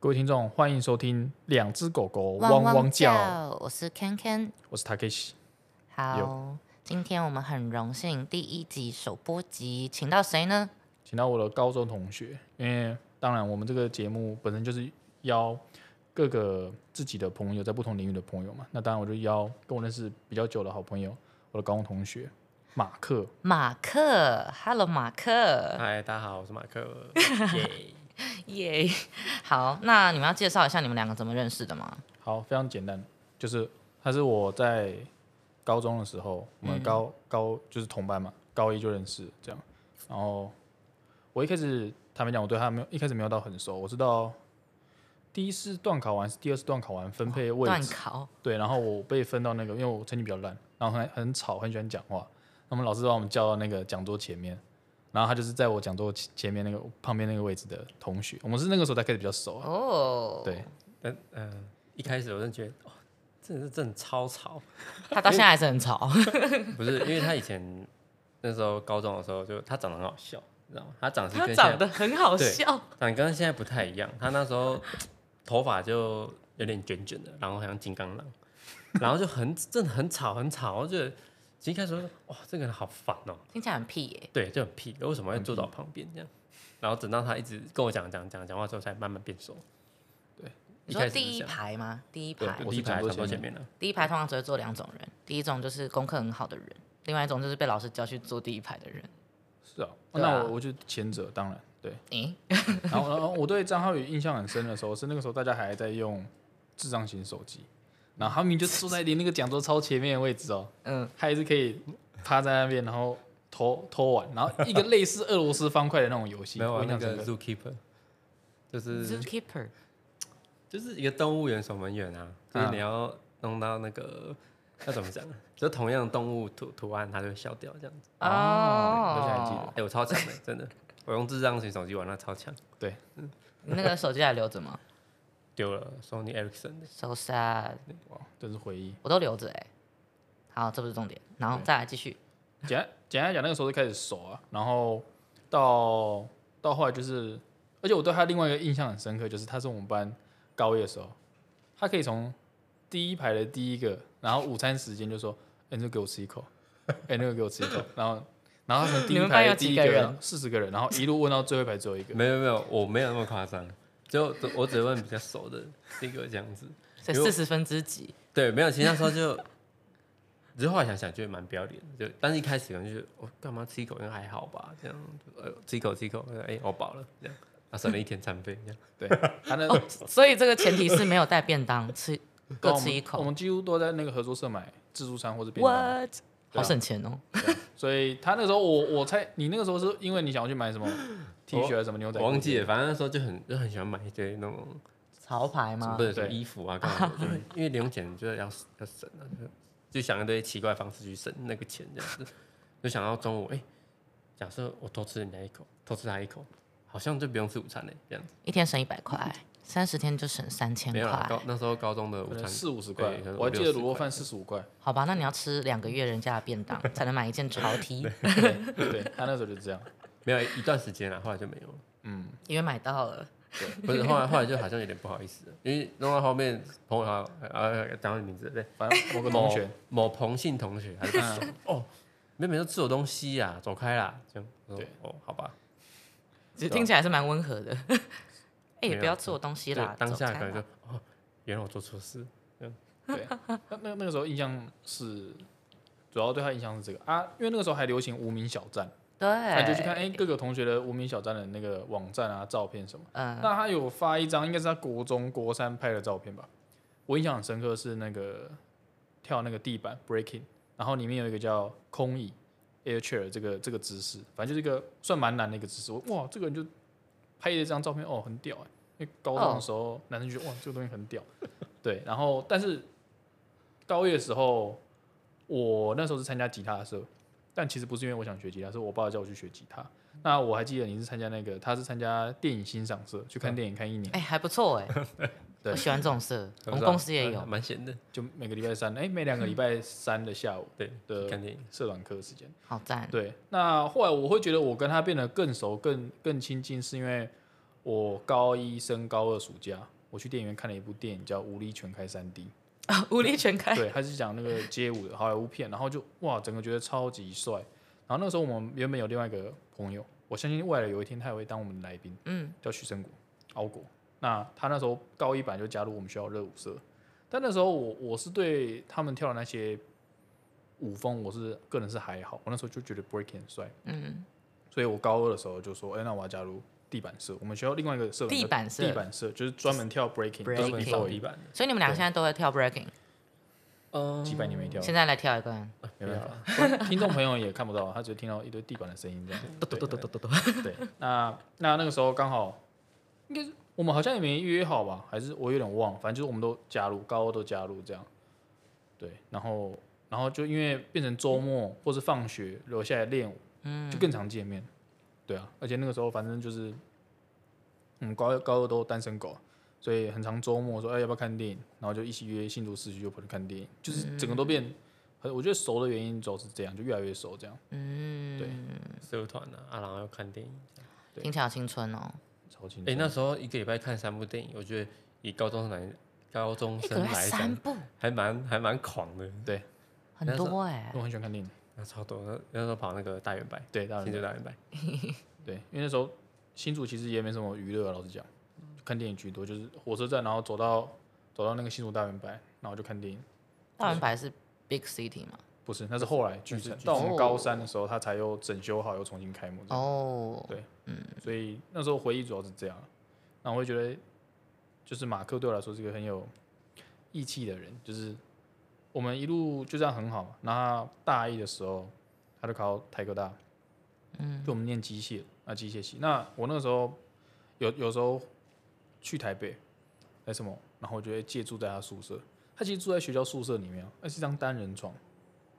各位听众，欢迎收听《两只狗狗汪汪汪叫》，我是 Ken Ken。我是 Takeshi。好，今天我们很荣幸第一集首播集，请到谁呢？请到我的高中同学，因为当然我们这个节目本身就是邀各个自己的朋友，在不同领域的朋友嘛。那当然我就邀跟我认识比较久的好朋友，我的高中同学马克。马克，Hello，马克，嗨，大家好，我是马克。 耶耶、好，那你们要介绍一下你们两个怎么认识的吗？好，非常简单，就是他是我在高中的时候，我嗯们高、高就是同班嘛，高一就认识这样。然后我一开始坦白讲，我对他没有一开始没有到很熟，我知道第一次段考完，第二次段考完分配位断置，考，对，然后我被分到那个，因为我成绩比较烂，然后很很吵，很喜欢讲话，那么老师把我们叫到那个讲桌前面。然后他就是在我讲桌前前面那个旁边那个位置的同学，我们是那个时候才开始比较熟、啊，哦，对，但嗯、呃，一开始我真的觉得，哦，真的是真的超吵，他到现在还是很吵，不是因为他以前那时候高中的时候就他长得很好笑，你知道吗？他长得是他跟现在长得很好笑，长得跟现在不太一样，他那时候头发就有点卷卷的，然后好像金刚狼，然后就很真的很吵很吵，我就觉得其实一开始我就哇这个人好烦哦、听起来很屁耶、对，就很屁，为什么会坐到我旁边这样？然后等到他一直跟我讲讲讲讲话之后，才慢慢变熟。你一说开始是第一这样排吗？第一对排，，我我是是排讲差桌不多前前面了。第一排通常只会坐两种人，第一种就是功课很好的人，另外一种就是被老师叫去坐第一排的人。是啊，对那啊我我就前者当然对，诶、然后，然后我对张浩宇印象很深的时候，是那个时候大家还在用智障型手机，然后他明明就坐在离那个讲桌超前面的位置哦，嗯，他还是可以趴在那边，然后偷偷玩，然后一个类似俄罗斯方块的那种游戏，没有我啊印那象深个刻。 zookeeper，就 z o o 是 k e e p e r 就是一个动物园守门员啊，就是你要弄到那个要怎么讲，就同样的动物图图案，它就会消掉这样子。哦对我现在还记得哎、我超强的，真的，我用智障型手机玩，那超强，对，你那个手机还留着吗丢了 Sony Ericsson 的， ？So sad，哇，真是回忆。我都留着哎、好，这不是重点，然后再来继续。简单简单讲，那个时候就开始熟啊，然后到到后来就是，呃而且我对他另外一个印象很深刻，就是他是我们班高一的时候，他可以从第一排的第一个，然后午餐时间就说：“哎、你这个给我吃一口，哎、那个给我吃一口。”然后然后他从第你一们班排有的几第一个人四十个人，然后一路问到最后一排最后一个。没有没有，我没有那么夸张，就我只问比较熟的这个这样子。所以因为四十分之几？对，没有，其实那时候就，只是后来想想，觉得蛮不要脸的。就但是一开始可能就是我干嘛吃一口，应该还好吧，这样，呃，吃一口吃一口，哎、我饱了，这样，啊，省了一天餐费，这样。对，他 那哦，所以这个前提是没有带便当，吃各吃一我们，我口。们几乎都在那个合作社买自助餐或者便当。 What？对好啊省钱哦！所以他那时候我我猜你那个时候是因为你想要去买什么 T 恤还啊是什么牛仔我裤？忘记了，反正那时候就很就很喜欢买一堆那种潮牌什么吗不？是什么对衣服啊，干嘛的，就因为零用钱就是要要省啊，就就想一堆奇怪的方式去省那个钱，这样子，就想到中午，哎、假设我偷吃人家一口，偷吃他一口，好像就不用吃午餐嘞、这样子。一天省一百块，三十天就省三千没有啦，块高。那时候高中的午可餐能呃四五十块对可，能我还记得50卤肉块饭四十五 块。好吧，那你要吃两个月人家的便当，才能买一件潮 T，对，对他那时候就这样。没有一段时间啊啦，后来就没有了。嗯，因为买到了。不是，后来后来就好像有点不好意思了，因为弄到后面朋友啊呃，讲到你名字对，反正某个同 学，嗯某彭姓同学还是不熟哦，妹妹都吃我东西呀、走开啦，这样我说对哦，好吧，其实听起来是蛮温和的。 哎、没也有不要吃我东西对啦，，当下走可开能就啦哦，原来我做错事，对，哦那那那个时候印象是，主要对他印象是这个啊，因为那个时候还流行无名小站，那对，你就去看哎、各个同学的无名小站的那个网站啊、照片什么。嗯，那他有发一张，应该是他国中国三拍的照片吧。我印象很深刻是那个跳那个地板 breaking，然后里面有一个叫空椅 air chair 这个这个姿势，反正就是一个算蛮难的一个姿势。我哇，这个人就拍了一张照片，哦，很屌哎、因为高中的时候，男生就觉得哇，这个东西很屌，对。然后，但是高一的时候，我那时候是参加吉他社，但其实不是因为我想学吉他，是我爸叫我去学吉他。那我还记得你是参加那个，他是参加电影欣赏社，去看电影看一年，哎、还不错哎、对我喜欢这种色，我不们知道公司也嗯蛮有。蛮闲的，就每个礼拜三，哎、每两个礼拜三的下午对的看电影，社团课时间。好赞，对，那后来我会觉得我跟他变得更熟、更更亲近，是因为我高一升高二暑假，我去电影院看了一部电影叫《无力全开三 D》，武力全开，对，他是讲那个街舞的好莱坞片，然后就哇，整个觉得超级帅。然后那个时候我们原本有另外一个朋友，我相信未来有一天他也会当我们的来宾，嗯，叫许生国，敖国。那他那时候高一版就加入我们学校热舞社，但那时候我我是对他们跳的那些舞风，我是个人是还好，我那时候就觉得 breaking 很帅，嗯，所以我高二的时候就说，哎、那我要加入地板社，我们学校另外一个社团叫地板社地板社就是专门跳 breaking， Breaking 专专门门跳跳地地板，板的，所以你们俩现在都在跳 breaking，嗯几百年没跳了，现在来跳一个，没办 法，听众朋友也看不到，他只听到一堆地板的声音这样。嘟嘟嘟嘟嘟嘟嘟， 对，那那那个时候刚好，应该是我们好像也没约好吧，还是我有点忘，反正就是我们都加入，高二都加入这样。对，然后然后就因为变成周末或是放学留下来练舞，嗯就更常见面。对啊，而且那个时候反正就是，嗯，高二高二都单身狗，所以很常周末说，哎、要不要看电影？然后就一起约新竹市区就跑去看电影，就是整个都变，很我觉得熟的原因主要是这样，就越来越熟这样，嗯，社团啊，啊，然后又看电影。对听起来好青春哦。超清楚。哎、那时候一个礼拜看三部电影，我觉得以高中生来高中一个生月来三讲，部，还蛮还蛮狂的，很多哎因为。我很喜欢看电影，那超多。那那时候跑那个大圆白，对，当新然竹大圆白，对，因为那时候新竹其实也没什么娱乐啊，老实讲，就看电影居多，就是火车站，然后走到走到那个新竹大圆白，然后就看电影。大圆白是 big city 嘛？不是，那是后来巨是城巨到我们城高三的时候，它才又整修好，又重新开幕这样。哦，所以那时候回忆主要是这样。那我会觉得，就是马克对我来说是一个很有义气的人，就是我们一路就这样很好嘛。然后他大一的时候，他就考台科大，嗯，就我们念机械啊机械系。那我那个时候有有时候去台北，哎什么，然后我就会借住在他宿舍。他其实住在学校宿舍里面啊，那是一张单人床。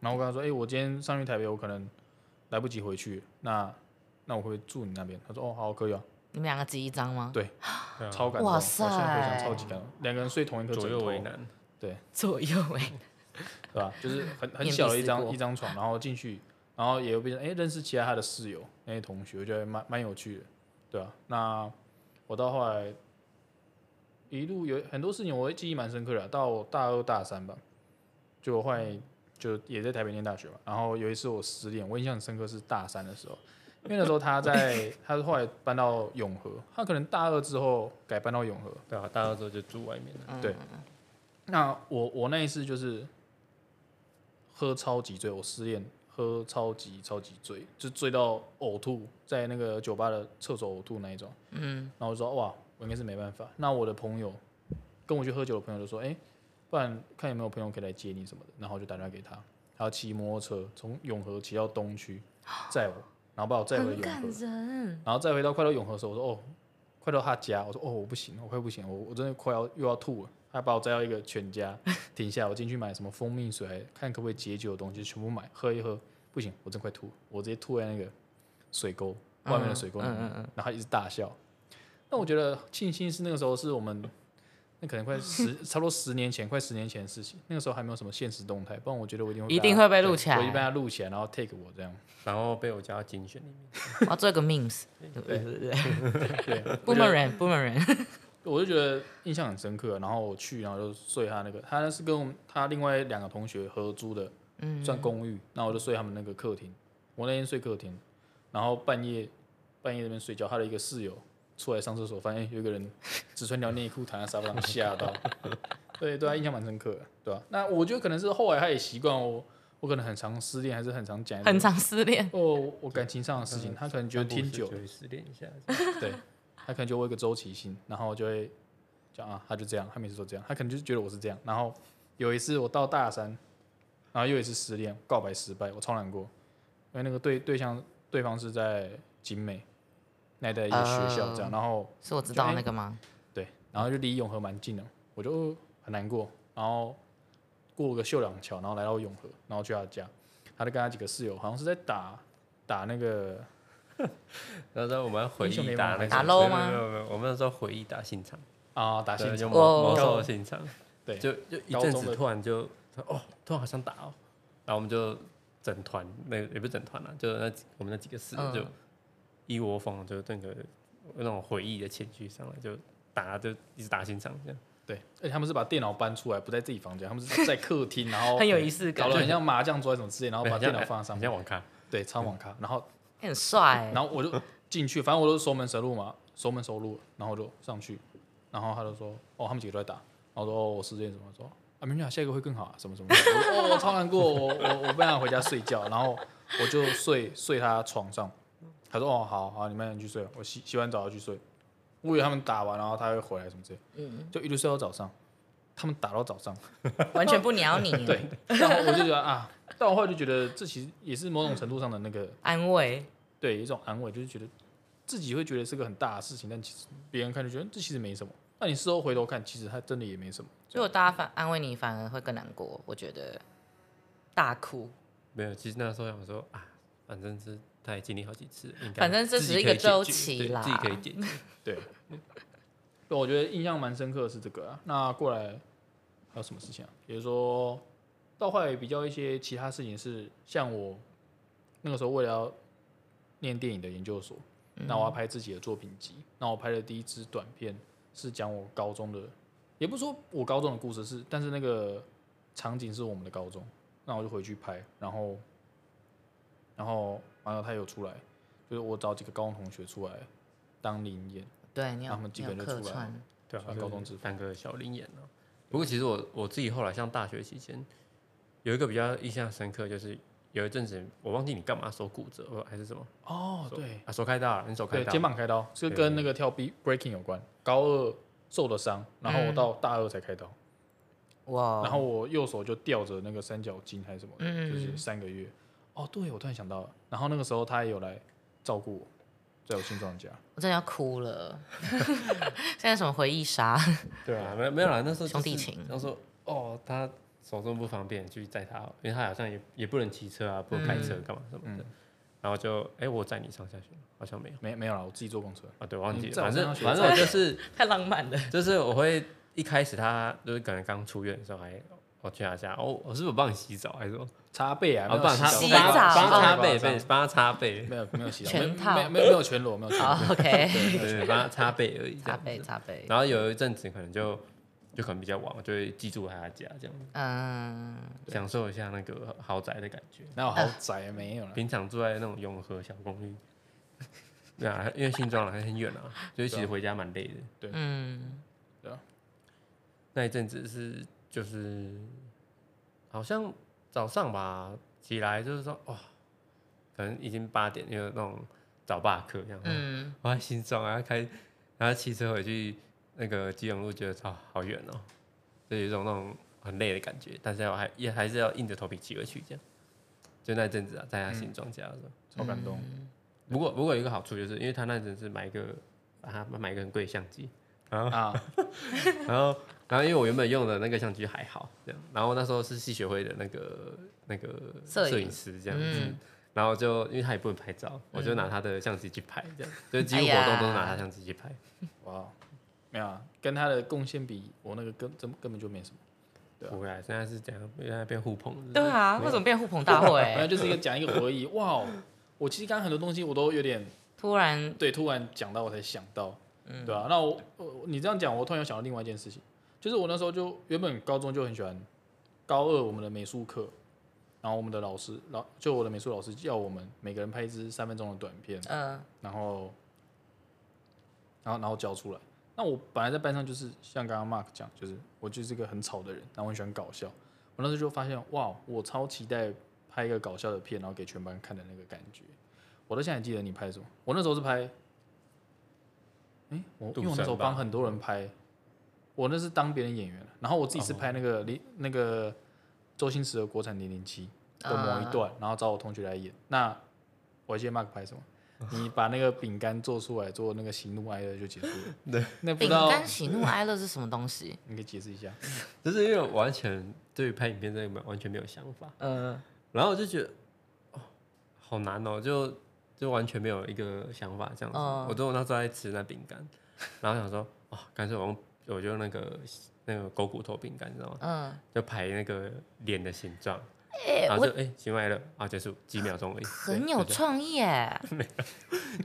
然后我跟他说：“哎、我今天上去台北，我可能来不及回去，那那我会不会住你那边？”他说：“哦，好，可以啊。”你们两个挤一张吗？对啊超感动！哇我现在回想塞超级感动，两个人睡同一颗左枕右头，为难。左右哎，对吧？就是很很眼小皮的一思张过一张床，然后进去，然后也有变成哎、认识其他他的室友那些同学，我觉得蛮蛮有趣的，对啊，那我到后来一路有很多事情我会记忆蛮深刻的啊，到大二大三吧，就我后来就也在台北念大学嘛，然后有一次我失恋，我印象很深刻是大三的时候。因为那时候他在，他后来搬到永和，他可能大二之后改搬到永和，对啊，大二之后就住外面了。对，那我我那一次就是喝超级醉，我失恋喝超级超级醉，就醉到呕吐，在那个酒吧的厕所呕吐那一种。嗯，然后我就说哇，我应该是没办法。那我的朋友跟我去喝酒的朋友就说，哎、不然看有没有朋友可以来接你什么的。然后我就打电话给他，他要骑摩托车从永和骑到东区载我，然后把我载回很永和感。人。然后再回到快乐永和的时候，我说哦，快到他家，我说哦，我不行，我快不行，我我真的快要又要吐了。他把我载到一个全 家，停下，我进去买什么蜂蜜水，看可不可以解酒的东西，全部买，喝一喝，不行，我真快吐了，我直接吐在那个水沟外面的水沟里面，嗯嗯嗯然后他一直大笑。那我觉得庆幸是那个时候是我们，那可能快 十差不多十年前，快十年前的事情，那个时候还没有什么现实动态，不然我觉得我一定会一把定它会被录对起来我一定被他录起来，然后 take 我这样。然后被我加到精选里面。我要做一个 memes，对对对对 对，我觉得，boomerang boomerang，我就觉得印象很深刻，然后我去，然后就睡他那个，他是跟我们他另外两个同学合租的，嗯，算公寓，那我就睡他们那个客厅，我那天睡客厅，然后半夜半夜那边睡觉，他的一个室友出来上厕所，发现有一个人只穿条内裤躺在沙发上，吓到， 对对啊，印象蛮深刻的，对吧、那我觉得可能是后来他也习惯我，我可能很常失恋，还是很常讲一些，很常失恋，哦，我感情上的事情，他可能觉得听久就，会失恋一下。 对，他可能就会有一个周期性，然后就会讲啊，他就这样，他每次都这样，他可能就是觉得我是这样。然后有一次我到大三，然后又一次失恋，告白失败，我超难过，因为那个对对象对方是在景美那一带一个学校这样，然后是我知道那个吗？对，然后就离永和蛮近的，我就呃很难过，然后过个秀朗桥，然后来到永和，然后去他家，他就跟他几个室友好像是在打打那个那时候我们要回英雄忆联打盟那个打 LOL 吗没有没有没有，我们那时候回忆打现场，啊、打对现就场，哦魔魔兽现场，对就就一高阵中子的突然就哦，突然好想打哦，然后我们就整团，那也不是整团啦，就那几我们那几个室友嗯就一窝蜂，就那个有那种回忆的情绪上来，就打就一直打心肠这样。对，而且他们是把电脑搬出来，不在自己房间，他们是在客厅，然后 很有仪式感搞得很像麻将桌还是什么之类，然后把很像电脑放在上很面，像网咖，对，超网咖，然后欸很帅欸、然后我就进去，反正我都是哦熟门熟路嘛，熟门熟路，然后我就上去，然后他就说，哦，他们几个都在打，然后我说，哦，我失恋什么，说啊，明天啊下一个会更好啊，什么什么，我说哦，我超难过，我我我不想回家睡觉，然后我就睡睡他床上，他说，哦，好好，你们去睡，我洗洗完澡要去睡，我以为他们打完然后他会回来什么之类，就一路睡到早上，他们打到早上。完全不鸟你， 对，然后我就觉得啊，但我后来就觉得这其实也是某种程度上的那个安慰，对一种安慰，就是觉得自己会觉得是个很大的事情，但其实别人看就觉得嗯这其实没什么。那你事后回头看，其实它真的也没什么。如果大家反安慰你，反而会更难过，我觉得大哭，没有。其实那时候想说啊，反正是他也经历好几次，应该反正这自只己是一可以个解周决期对啦自己可以解决。 对，对，我觉得印象蛮深刻的是这个啊。那过来还有什么事情啊？比如说到后来比较一些其他事情是，像我那个时候为了要念电影的研究所，那我要拍自己的作品集，那我拍的第一支短片是讲我高中的，也不是说我高中的故事是，但是那个场景是我们的高中，那我就回去拍，然后然后完了他有出来，就是我找几个高中同学出来当灵演。对那你有他们基你有本就出客来了串，对啊，穿就高是中制服当个小领眼啊。不过其实我我自己后来像大学期间，有一个比较印象深刻，就是有一阵子我忘记你干嘛手骨折呃还是什么，哦，对，啊手开刀了，你手开对，刀肩，膀开刀，就跟那个跳 B breaking 有关。高二受的伤，然嗯后我到大二才开刀，哦哇，然后我右手就吊着那个三角巾还是什么的，嗯就是三个月。哦，对，我突然想到了，然后那个时候他也有来照顾我，在我新庄家。我真的要哭了， 现在什么回忆杀， 对啊，没有没有啦，那时候就是兄弟情那时候哦他手这么不方便去载他，因为他好像也也不能骑车啊，不能开车嗯干嘛什么嗯的，然后就哎、我载你上下学，好像没有没没有啦，我自己坐公车。啊，对，忘记你了，载我反正上下学反正我 就是。 太浪漫了，就是我会一开始他就是可能刚出院的时候还我去他家，哦，我是不是帮你洗澡还是什么？擦背啊，哦然后帮他洗澡帮他帮他擦擦背，帮帮他擦背，没有没有洗澡，全没套哦没没有没有全裸，没有全裸。 好，OK， 对对，帮他擦背而已。这擦样背子。擦背，然后有一阵子可能就就可能比较晚，我就会记住他家这样，嗯，享受一下那个豪宅的感觉。哪有豪宅啊没有啦。平常住在那种永和小公寓， 对啊，因为新庄了还很远啊，所以其实回家蛮累的。嗯，那一阵子是就是好像早上吧起来就是说哇，可能已经八点，因为那种早八课这样。嗯， 我在新庄，然后开，然后骑车回去那个基隆路，觉得超好远哦，就有一种那种很累的感觉，但是我还也还是要硬着头皮骑回去这样。就那一阵子啊，在他新庄家的时候，超感动。不过不过有一个好处就是，因为他那阵子买一个，把他买一个很贵的相机，嗯啊，然后，然后因为我原本用的那个相机还好，这样，然后那时候是系学会的那个那个摄影摄影师这样子，嗯然后就因为他也不能拍照，我就拿他的相机去拍，这样，就哎几乎活动都是拿他相机去拍。哇，没有啊，跟他的贡献比，我那个根根根本就没什么。对啊不会啊，现在是怎样？现在变互捧了。对啊，为什么变互捧大会、本来就是一个讲一个回忆。哇哦，我其实刚刚很多东西我都有点突然，对，突然讲到我才想到，对啊。那我我你这样讲，我突然又想到另外一件事情，就是我那时候就原本高中就很喜欢高二我们的美术课，然后我们的老师老就我的美术老师叫我们每个人拍一支三分钟的短片，嗯、然后，然后然后交出来。那我本来在班上就是像刚刚 Mark 讲，就是我就是一个很吵的人，然后我很喜欢搞笑。我那时候就发现，哇，我超期待拍一个搞笑的片，然后给全班看的那个感觉。我到现在还记得你拍什么？我那时候是拍，哎、我因为我那时候赌神吧帮很多人拍，我那是当别人演员，然后我自己是拍那个零、那个周星驰的国产零零七的某一段，然后找我同学来演。那我还记得 Mark 拍什么？你把那个饼干做出来，做那个喜怒哀乐就结束了。对，那不饼知道干喜怒哀乐是什么东西？ 你可以解释一下。就是因为我完全对于拍影片这个完全没有想法，嗯，然后我就觉得哦，好难哦，就就完全没有一个想法这样子。嗯我都我那时候在吃那饼干，然后想说哦，干脆我用我就用那个那个狗骨头饼干，你知道吗？嗯，就排那个脸的形状，哎、啊然后我就哎、喜欢了啊，结束几秒钟而已，很对有就这创意 哎，样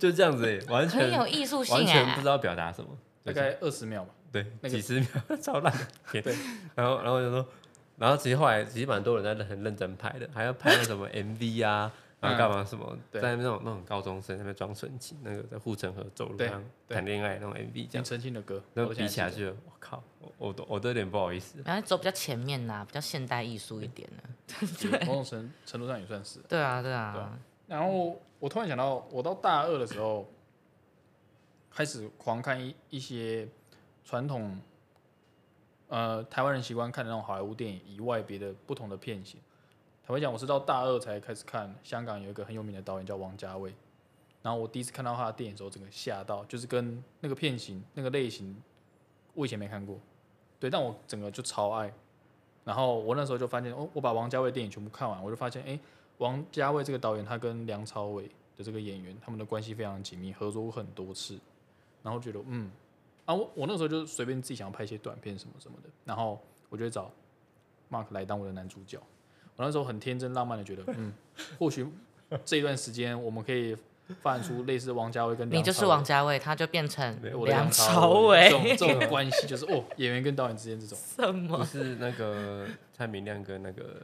就这样子、哎，完很全有艺术完性全不哎知。道表达什么，大就是概二十秒吧。对那个几十秒 超烂的片对，然后然后就说，然后其实后来其实蛮多人在很认真拍的，还要拍那什么 MV 啊，然后干嘛什么，嗯对在那种那种高中生在那边装纯情，那个在护城河走路对上对谈恋爱那种 MV 这林样，晨庆的歌，啊然我后现比在起来记得就我靠，我我都我都有点不好意思，然后走比较前面呐、比较现代艺术一点的。某种程程度上也算是。对啊，对对啊啊，然后我突然想到，我到大二的时候开始狂看一一些传统，呃，台湾人习惯看的那种好莱坞电影以外别的不同的片型。坦白讲，我是到大二才开始看香港有一个很有名的导演叫王家卫，然后我第一次看到他的电影的时候，整个吓到，就是跟那个片型、那个类型，我以前没看过，对，但我整个就超爱。然后我那时候就发现，哦，我把王家卫的电影全部看完，我就发现，哎，王家卫这个导演，他跟梁朝伟的这个演员，他们的关系非常紧密，合作过很多次。然后觉得，嗯，啊，我我那时候就随便自己想要拍一些短片什么什么的，然后我就会找 Mark 来当我的男主角。我那时候很天真浪漫的觉得，嗯，或许这一段时间我们可以发展出类似王家卫跟 你梁就朝是伟王家卫，他就变成对我的梁梁朝伟 这，伟种这种关系，就是哦，演员跟导演之间这种什么就？是那 个蔡明亮跟那个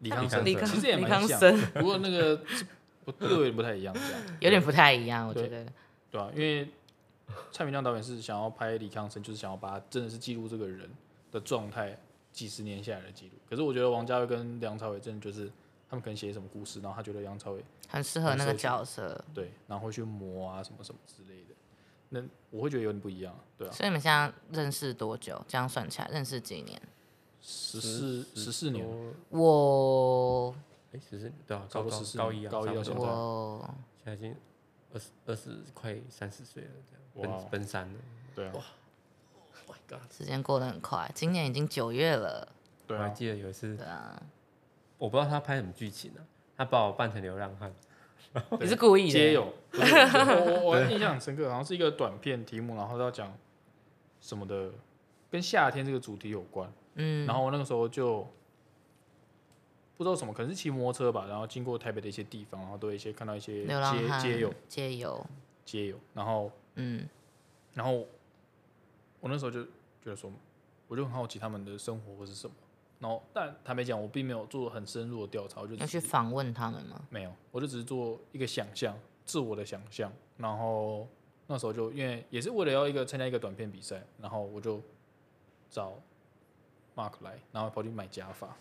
李康生，李康其实也李蛮康像生，不过那个是不又有点不太一样，这样有点不太一样，我对觉得。对啊，因为蔡明亮导演是想要拍李康生，就是想要把他真的是记录这个人的状态几十年下来的记录。可是我觉得王家卫跟梁朝伟真的就是他们可能写什么故事，然后他觉得梁朝伟很适合那很适合个去角色，对，然后会去磨啊什么什么之类的，那我会觉得有点不一样，对啊，所以你们现在认识多久？这样算起来认识几年？十四十四年，哦多我哎十四对啊，差高不多高14高一啊，高一差不到现多在我现在已经二十二十快三十岁了，这哇样哦奔奔三了对啊， ，Oh my god！时间过得很快，今年已经九月了。对我还啊，记得有一次，对啊，我不知道他拍什么剧情啊，他把我扮成流浪汉，你是故意皆的？有。不是我我我印象很深刻，好像是一个短片题目，然后要讲什么的，跟夏天这个主题有关。嗯，然后那个时候就不知道什么，可能是骑摩托车吧，然后经过台北的一些地方，然后都有一些看到一些流浪街汉街友街友，街友，然后嗯，然后我那时候就觉得说，我就很好奇他们的生活会是什么。然后但坦白讲，我并没有做很深入的调查，我就要只是去访问他们吗？没有，我就只是做一个想象，自我的想象。然后那时候就因为也是为了要一个参加一个短片比赛，然后我就找 Mark 来，然后跑去买假发，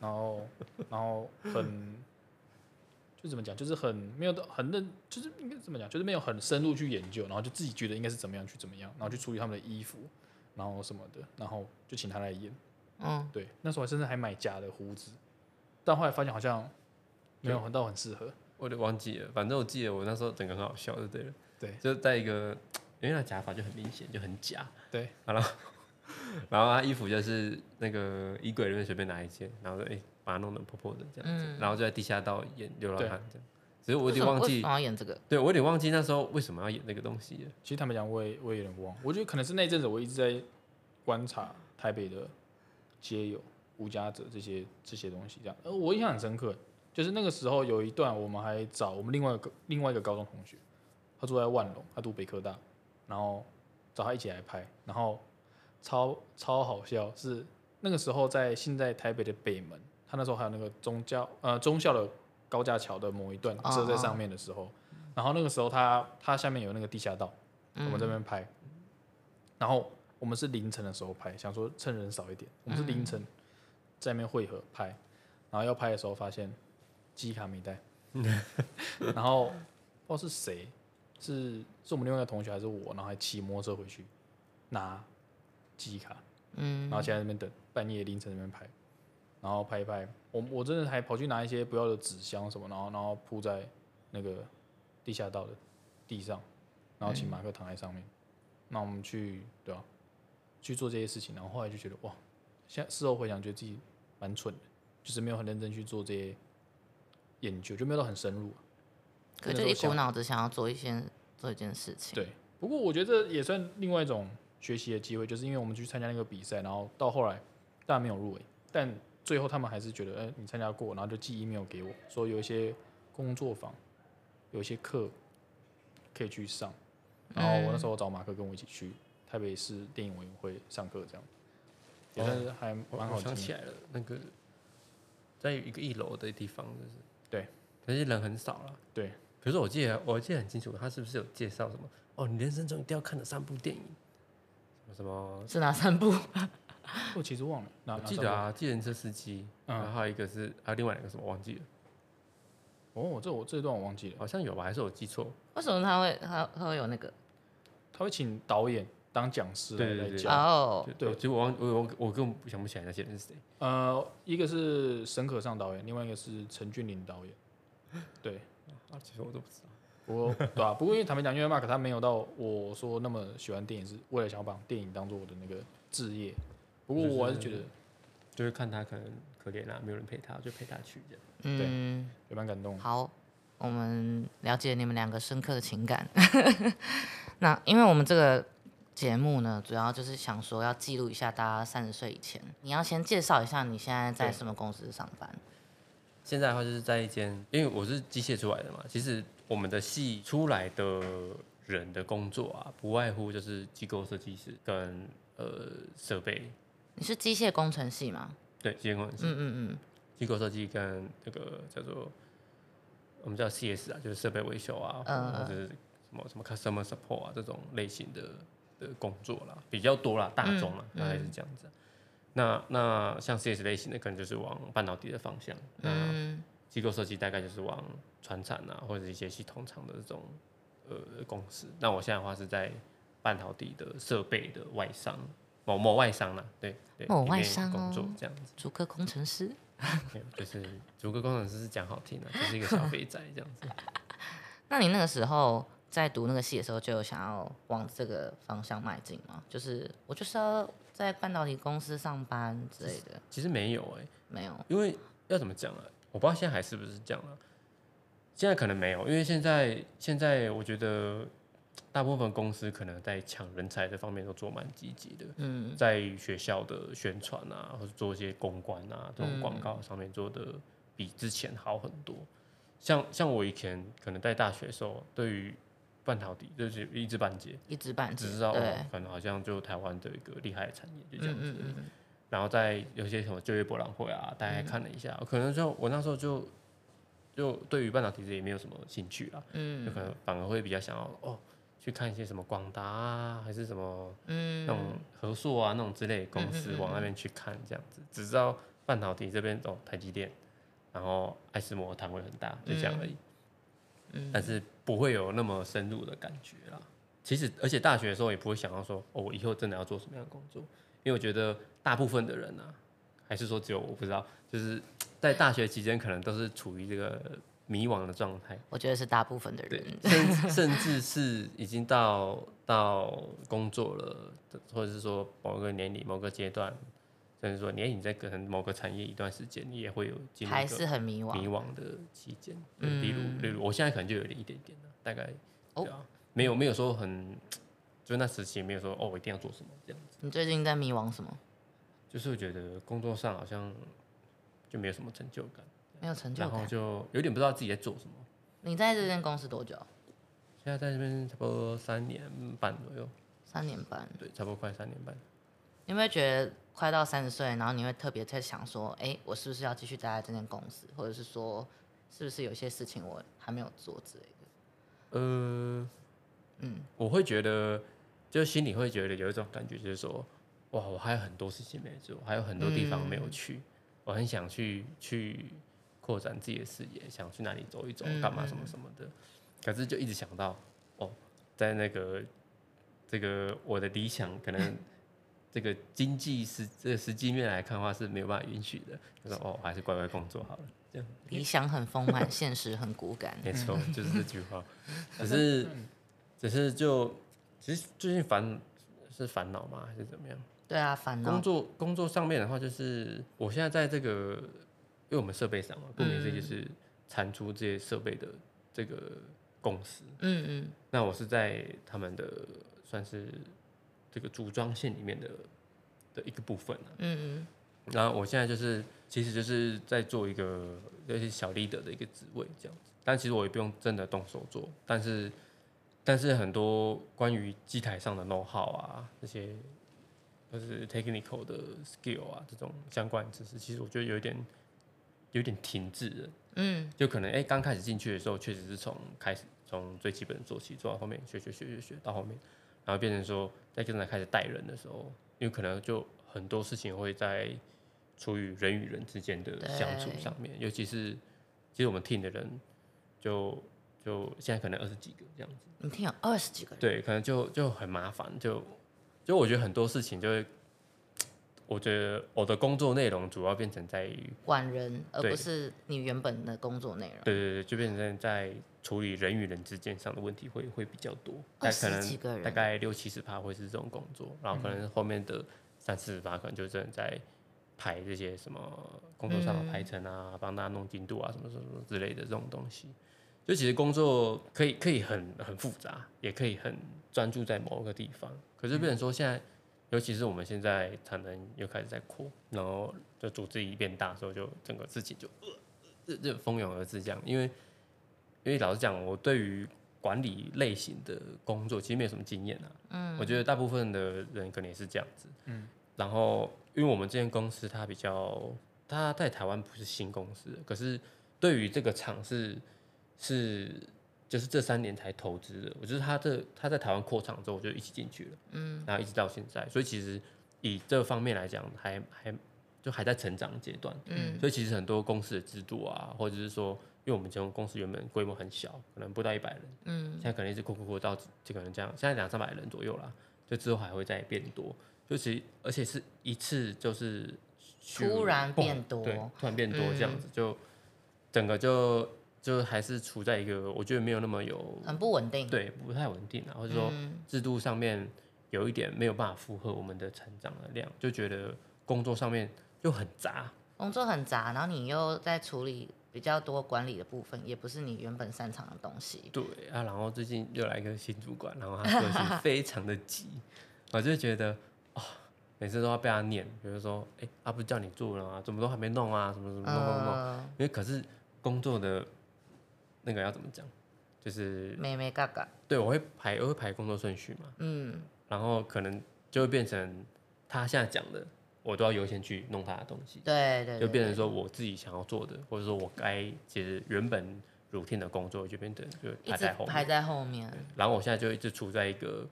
然后 然后很就怎么讲，就是很没有很认，就是应该怎么讲，就是没有很深入去研究，然后就自己觉得应该是怎么样去怎么样，然后去处理他们的衣服，然后什么的，然后就请他来演。嗯，对，那时候甚至还买假的胡子，但后来发现好像没有很到很适合。我有点忘记了，反正我记得我那时候整个很好笑就对了，对就戴一个，因为那假发就很明显就很假，对，然后他衣服就是那个衣柜里面随便拿一件，然后就哎、把它弄得破破的这样子，然后就在地下道演流浪对汉这样，只是我有为什点么忘嗯为记什，么要演这个？对我有点忘记那时候为什么要演那个东西了，其实坦白讲，我也我也有点忘，我觉得可能是那阵子我一直在观察台北的街友、无家者这些这些东西，这样。呃，我印象很深刻，就是那个时候有一段，我们还找我们另外一个另外一个高中同学，他住在万隆，他读北科大，然后找他一起来拍，然后超超好笑，是那个时候在现在台北的北门，他那时候还有那个宗教呃中校的高架桥的某一段哦遮在上面的时候，然后那个时候他他下面有那个地下道，我们这边拍，然后我们是凌晨的时候拍，想说趁人少一点，我们是凌晨在那边汇合拍，然后要拍的时候发现记忆卡没带， 然后不知道是谁，是是我们另外一个同学还是我，然后还骑摩托车回去拿记忆卡，嗯然后现在那边等，半夜凌晨那边拍，然后拍一拍，我我真的还跑去拿一些不要的纸箱什么，然后然后铺在那个地下道的地上，然后请马克躺在上面，那、我们去对吧、去做这些事情，然后后来就觉得哇，现在事后回想觉得自己蛮蠢的，就是没有很认真去做这些研究，就没有到很深入。那可就时候一股想脑子想要做一些做一件事情。对，不过我觉得这也算另外一种学习的机会，就是因为我们去参加那个比赛，然后到后来当然没有入围，但最后他们还是觉得，哎、你参加过，然后就寄 email 给我说有一些工作坊，有一些课可以去上。然后我那时嗯候找马克跟我一起去台北市电影委员会上课，这样也算是还哦我蛮好我听想的。起来了，那个在一个一楼的地方，就是对，可是人很少了。对，可是我记得我记得很清楚，他是不是有介绍什么？哦，你人生中一定要看的三部电影，什么什啊么？是哪三部？ 我哦其实忘了，那我记得，啊，计程车司机，嗯然后还有一个是，还有另外两个什么忘记了，那时候哦，这我这段我忘记了。好像有吧？还是我记错？为什么他会他他会有那个？他会请导演当讲师对对来来对讲。哦，对对，其实我忘我我我根本想不起来那些人是谁。呃，一个是沈可尚导演，另外一个是陈俊霖 导演。对，啊，其实我都不知道。不过对啊，不过因为坦白讲，因为 Mark 他没有到我说那么喜欢电影，是为了想要把电影当做我的那个置业。不过我还是觉得就是看他可能可怜啊，没有人陪他，就陪他去这样。嗯，也蛮感动的。好，我们了解你们两个深刻的情感。 那因为我们这个节目呢，主要就是想说要记录一下大家三十岁以前。你要先介绍一下你现在在对什么公司上班？现在的话就是在一间，因为我是机械出来的嘛，其实我们的系出来的人的工作啊，不外乎就是机构设计师跟呃设备，你是机械工程系吗？对，机械工程师、嗯嗯嗯，机构设计跟那个叫做我们叫 CS 啊，就是设备维修啊，嗯或者是什么什么 customer support 啊这种类型的的工作啦，比较多啦，大众啦，嗯大概是这样子啊、那那像 CS 类型的，可能就是往半导体的方向。那、嗯，机构设计大概就是往船产啊，或者一些系统厂的这种呃公司。那我现在的话是在半导体的设备的外商，某某外商啦，对对，某里面外商哦工作这样子，主科工程师。没有就是逐个工程师是讲好听的、就是一个小肥宅这样子。那你那个时候在读那个系的时候，就有想要往这个方向迈进吗？就是我就是要在半导体公司上班之类的，其实没有哎、没有。因为要怎么讲啊？我不知道现在还是不是这样了、现在可能没有，因为现在现在我觉得大部分公司可能在抢人才这方面都做蛮积极的。嗯在学校的宣传啊，或者做一些公关啊这种嗯广告上面做的比之前好很多。像像我以前可能在大学的时候，对于半导体就是一知半解，一知半解，只知道对哦，可能好像就台湾的一个厉害的产业就这嗯样子嗯。嗯嗯，然后在有些什么就业博览会啊，大概看了一嗯下，可能就我那时候就就对于半导体这也没有什么兴趣啦，嗯就可能反而会比较想要哦去看一些什么广达啊，还是什么嗯那种合硕啊那种之类的公司嗯嗯嗯往那边去看，这样子只知道半导体这边哦台积电，然后爱斯摩摊位很大，就这样而已。嗯但是不会有那么深入的感觉啦。其实，而且大学的时候也不会想要说哦，我以后真的要做什么样的工作，因为我觉得大部分的人啊，还是说只有我不知道，就是在大学期间可能都是处于这个迷惘的状态。我觉得是大部分的对人，， 甚甚至是已经到到工作了，或者是说某个年龄、某个阶段，甚至说你你在可能某个产业一段时间，你也会有经历还一个是很迷惘。嗯迷惘的期间。对例如，例如我现在可能就有一点点了，大概哦对啊，没有没有说很，就那时期没有说哦，我一定要做什么这样子，你最近在迷惘什么？就是觉得工作上好像就没有什么成就感，没有成就然后感。就有点不知道自己在做什么。你在这间公司多久？现在在这边差不多三年半左右，三年半。对，差不多快三年半。你有没有觉得快到三十岁，然后你会特别在想说，哎、我是不是要继续待在这间公司，或者是说，是不是有些事情我还没有做之类的？呃，嗯，我会觉得，就心里会觉得有一种感觉，就是说，哇，我还有很多事情没做，还有很多地方没有去，我很想去去扩展自己的视野，想去哪里走一走，干嘛什么什么的。可是就一直想到，哦，在那个这个我的理想可能。这个经济实这个实际面来看的话是没有办法允许的。就说哦，我还是乖乖工作好了。理想很丰 满，现实很骨感。没错， 就是这句话。只是，嗯只是就，其实最近烦是烦恼吗，还是怎么样？对啊，烦恼工。作工作上面的话，就是我现在在这个，因为我们设备上嘛，顾嗯名思义就是产出这些设备的这个公司。嗯嗯，那我是在他们的算是这个组装线里面的的一个部分啊。嗯然后我现在就是其实就是在做一个那些小 leader 的一个职位这样子。但其实我也不用真的动手做，但是但是很多关于机台上的 know how 啊，这些就是 technical 的 skill 啊，这种相关知识，其实我觉得有点有点停滞了。嗯，就可能哎，刚开始进去的时候，确实是从开始从最基本的做起，做到后面学学学学学到后面，然后变成说，在真的开始带人的时候，因为可能就很多事情会在处于人与人之间的相处对上面，尤其是其实我们 team 的人就就现在可能二十几个这样子，你听有二十几个人，对，可能就就很麻烦，就就我觉得很多事情就会，我觉得我的工作内容主要变成在于管人，而对不是你原本的工作内容。对对对，就变成在处理人与人之间上的问题会会比较多，但可20几个能人大概六七十趴会是这种工作，然后可能后面的三四十趴可能就真的在排这些什么工作上的排程啊，帮大家弄进度啊，什么什么什么之类的这种东西。就其实工作可以可以很很复杂，也可以很专注在某个地方，可是变成说现在。尤其是我们现在产能又开始在扩，然后就组织一变大之后，就整个事情就这这蜂拥而至这样，因为因为老实讲，我对于管理类型的工作其实没有什么经验啊。嗯，我觉得大部分的人可能也是这样子。嗯，然后因为我们这间公司它比较，它在台湾不是新公司，可是对于这个厂是是就是这三年才投资的，我觉得它这它在台湾扩厂之后，我就一起进去了。嗯，然后一直到现在，所以其实以这方面来讲，还还就还在成长阶段。嗯，所以其实很多公司的制度啊，或者是说，因为我们这种公司原本规模很小，可能不到一百人，嗯，现在可能一直扩扩扩到这可能这样，现在两三百人左右啦，就之后还会再变多。就其实而且是一次就是突然咻变多嗯对，突然变多这样子，就整个就就还是处在一个我觉得没有那么有很不稳定。嗯对不太稳定啊，或者说制度上面有一点没有办法符合我们的成长的量，就觉得工作上面就很杂。工作很杂，然后你又在处理比较多管理的部分，也不是你原本擅长的东西。对啊，然后最近又来一个新主管，然后他 做事非常的急，我就觉得啊、每次都要被他念，比如说，哎，他、不是叫你做了啊，怎么都还没弄啊，什么什么弄弄弄，呃，因为可是工作的那个要怎么讲，就是妹妹嘎嘎，对我会排我会排工作顺序嘛，嗯，然后可能就会变成他现在讲的，我都要优先去弄他的东西，对对，嗯就对变成对说我自己想要做的，或者说我该其实原本 routine 的工作就变成就一排直在后面排。在后面。然后我现在就一直处在一个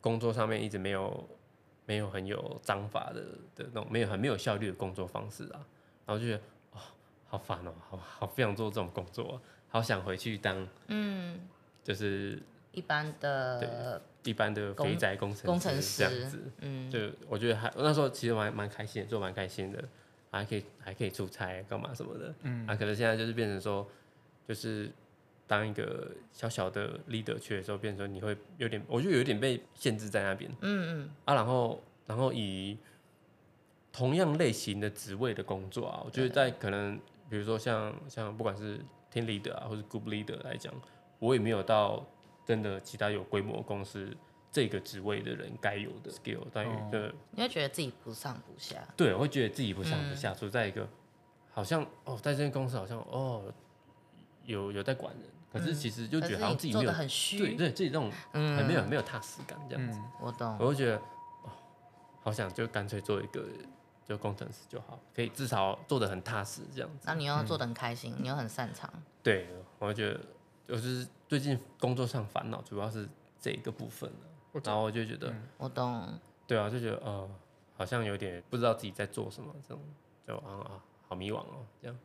工作上面一直没有没有很有章法的的那种没有很没有效率的工作方式啊，然后就觉得哦好烦哦，好好不想做这种工作、啊，好想回去当嗯，就是一般的一般的肥宅工程工程师这样师子。，嗯，就我觉得还那时候其实蛮蛮开心的，做蛮开心的，还可以还可以出差干嘛什么的，嗯，啊，可是现在就是变成说，就是当一个小小的 leader 去的时候，变成说你会有点，我就有点被限制在那边，嗯嗯，啊，然后然后以同样类型的职位的工作啊，我觉得在可能比如说像像不管是 team leader 啊，或是 group leader 来讲，我也没有到真的其他有规模的公司这个职位的人该有的 skill，但哦于的、你会觉得自己不上不下，对，我会觉得自己不上不嗯下，处在一个好像哦，在这间公司好像哦有有在管人，可是其实就嗯可觉是得好像你自己做没的有很对虚，嗯对自己那种很没有很没有踏实感这样子。嗯，我懂。我就觉得，哦，好想就干脆做一个就工程师就好，可以至少做的很踏实这样子。那你又做的很开心，你又很擅长，对，我就觉得就是最近工作上烦恼主要是这一个部分了我嗯然后我就觉得，我懂。对啊，就觉得呃，好像有点不知道自己在做什么，这种就啊啊，好迷惘哦，这样。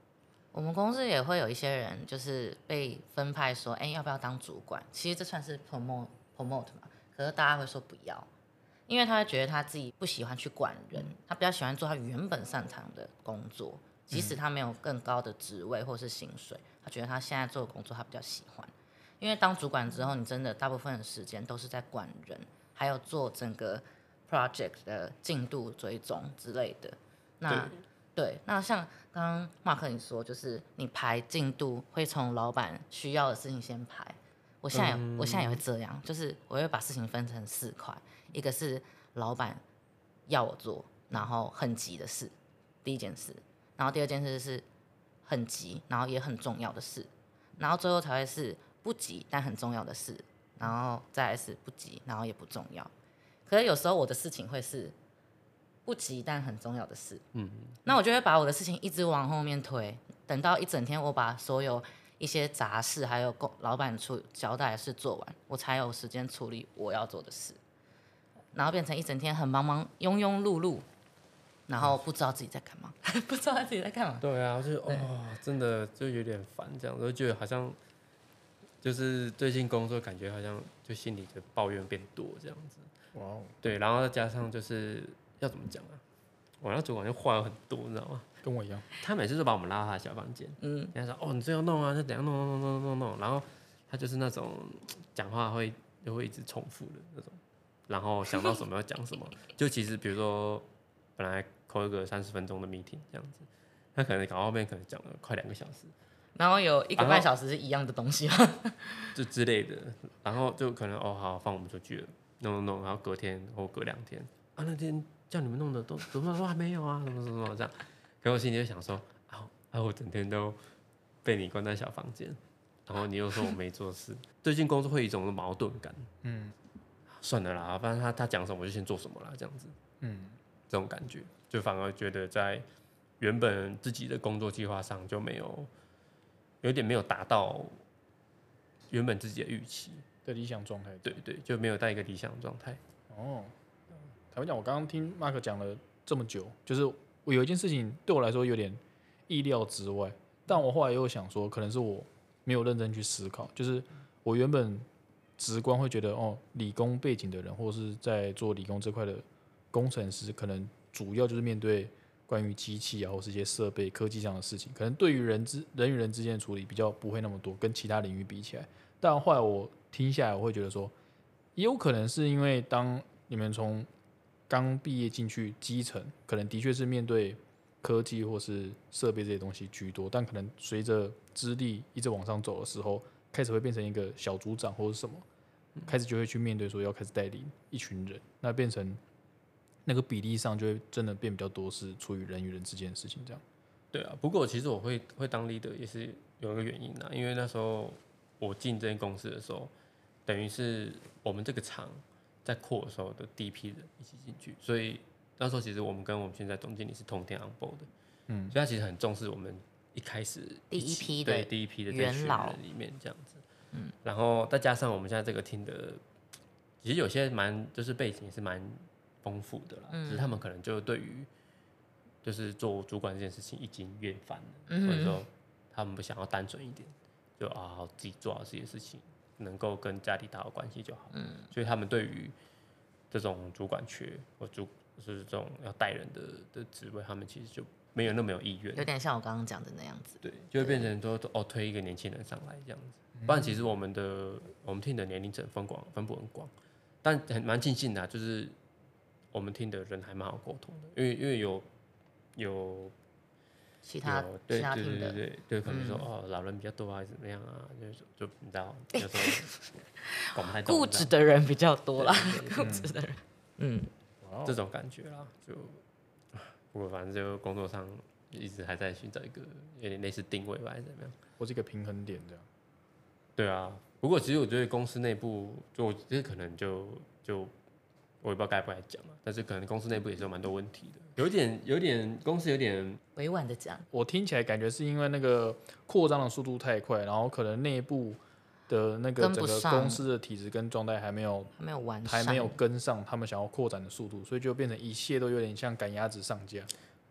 我们公司也会有一些人，就是被分派说，哎、要不要当主管？其实这算是 promote promote 嘛，可是大家会说不要，因为他会觉得他自己不喜欢去管人，他比较喜欢做他原本擅长的工作，即使他没有更高的职位或是薪水，他觉得他现在做的工作他比较喜欢。因为当主管之后，你真的大部分的时间都是在管人，还有做整个 project 的进度追踪之类的。那对，那像刚刚 Mark 你说，就是你排进度会从老板需要的事情先排。我现在也、我现在也会这样，就是我会把事情分成四块，一个是老板要我做，然后很急的事，第一件事，然后第二件事是很急，然后也很重要的事，然后最后才会是不急但很重要的事，然后再来是不急，然后也不重要。可是有时候我的事情会是不急但很重要的事，嗯，那我就会把我的事情一直往后面推，等到一整天我把所有一些杂事还有工老板处交代的事做完，我才有时间处理我要做的事，然后变成一整天很忙忙庸庸碌碌，然后不知道自己在干嘛， 不知道自己在干嘛。对啊，就是哦，真的就有点烦，这样就觉得好像就是最近工作感觉好像就心里的抱怨变多这样子。哇哦，对，然后再加上就是要怎么讲啊？我那主管就话有很多，你知道吗？跟我一样，他每次都把我们拉到他的小房间，嗯，人家说哦，你这样弄啊，那怎样弄弄弄弄弄弄，然后他就是那种讲话会就会一直重复的那种，然后想到什么要讲什么，就其实比如说本来扣一个三十分钟的 meeting 这样子，他可能搞到后面可能讲了快两个小时，然后有一个然后半小时是一样的东西 吗？就之类的，然后就可能哦好放我们出去了，弄弄弄，然后隔天或隔两天啊那天叫你们弄的都怎么说还没有啊，什么什么什么这样，可我心里就想说啊啊我整天都被你关在小房间，然后你又说我没做事， 最近工作会有一种矛盾感，嗯算了啦，反正他他讲什么我就先做什么啦，这样子嗯，这种感觉，就反而觉得在原本自己的工作计划上就没有有点没有达到原本自己的预期。的理想状态。对对，就没有到一个理想的状态。哦，坦白讲，我刚刚听 Mark 讲了这么久，就是我有一件事情对我来说有点意料之外，但我后来又想说，可能是我没有认真去思考，就是我原本直观会觉得，哦，理工背景的人，啊或是在做理工这块的工程师，可能主要就是面对关于机器啊，或是一些设备、科技上的事情，可能对于人之人与人之间的处理比较不会那么多，跟其他领域比起来。但后来我听下来，我会觉得说，也有可能是因为当你们从刚毕业进去基层，可能的确是面对科技或是设备这些东西居多，但可能随着资历一直往上走的时候，开始会变成一个小组长或者什么，嗯开始就会去面对说要开始带领一群人，那变成那个比例上就会真的变比较多是处于人与人之间的事情这样。对啊，不过其实我会会当 leader 也是有一个原因啊，因为那时候我进这间公司的时候，等于是我们这个厂在扩的时候的第一批人一起进去，所以那时候其实我们跟我们现在总经理是同天 on board 的，嗯，所以他其实很重视我们一开始第一起批的对第一批的这元群老人里面这样子，嗯，然后再加上我们现在这个 team 的，其实有些蛮就是背景也是蛮丰富的啦，只是他们可能就对于就是做主管这件事情已经厌烦了，嗯或者说他们不想要单纯一点，就啊好自己做好自己的事情，能够跟家里打好关系就好，嗯，所以他们对于这种主管缺或主就是这种要带人的的职位，他们其实就没有那么有意愿，有点像我刚刚讲的那样子。对，就会变成说哦，推一个年轻人上来这样子。不然其实我们的我们听的年龄层分广分布很广，但很蛮庆幸的啊、就是我们听的人还蛮好沟通的，因为因为有有其他有对其他对听对对的，嗯对对，可能说、哦老人比较多啊，还是怎么样啊，就是就你知道有时候管不太动哎 固执这样的人比较多啦，对对对固执的人。嗯，哇这种感觉啦，就不过反正就工作上一直还在寻找一个有点类似定位吧，还是怎么样。或是一个平衡点这样。对啊，不过其实我觉得公司内部，就我这可能就就我也不知道该不该讲嘛，但是可能公司内部也是有蛮多问题的，有点有点公司有点委婉的讲，我听起来感觉是因为那个扩张的速度太快，然后可能内部的那个跟不整个上公司的体制跟状态还没有还没有完善，还没有跟上他们想要扩展的速度，所以就变成一切都有点像赶鸭子上架。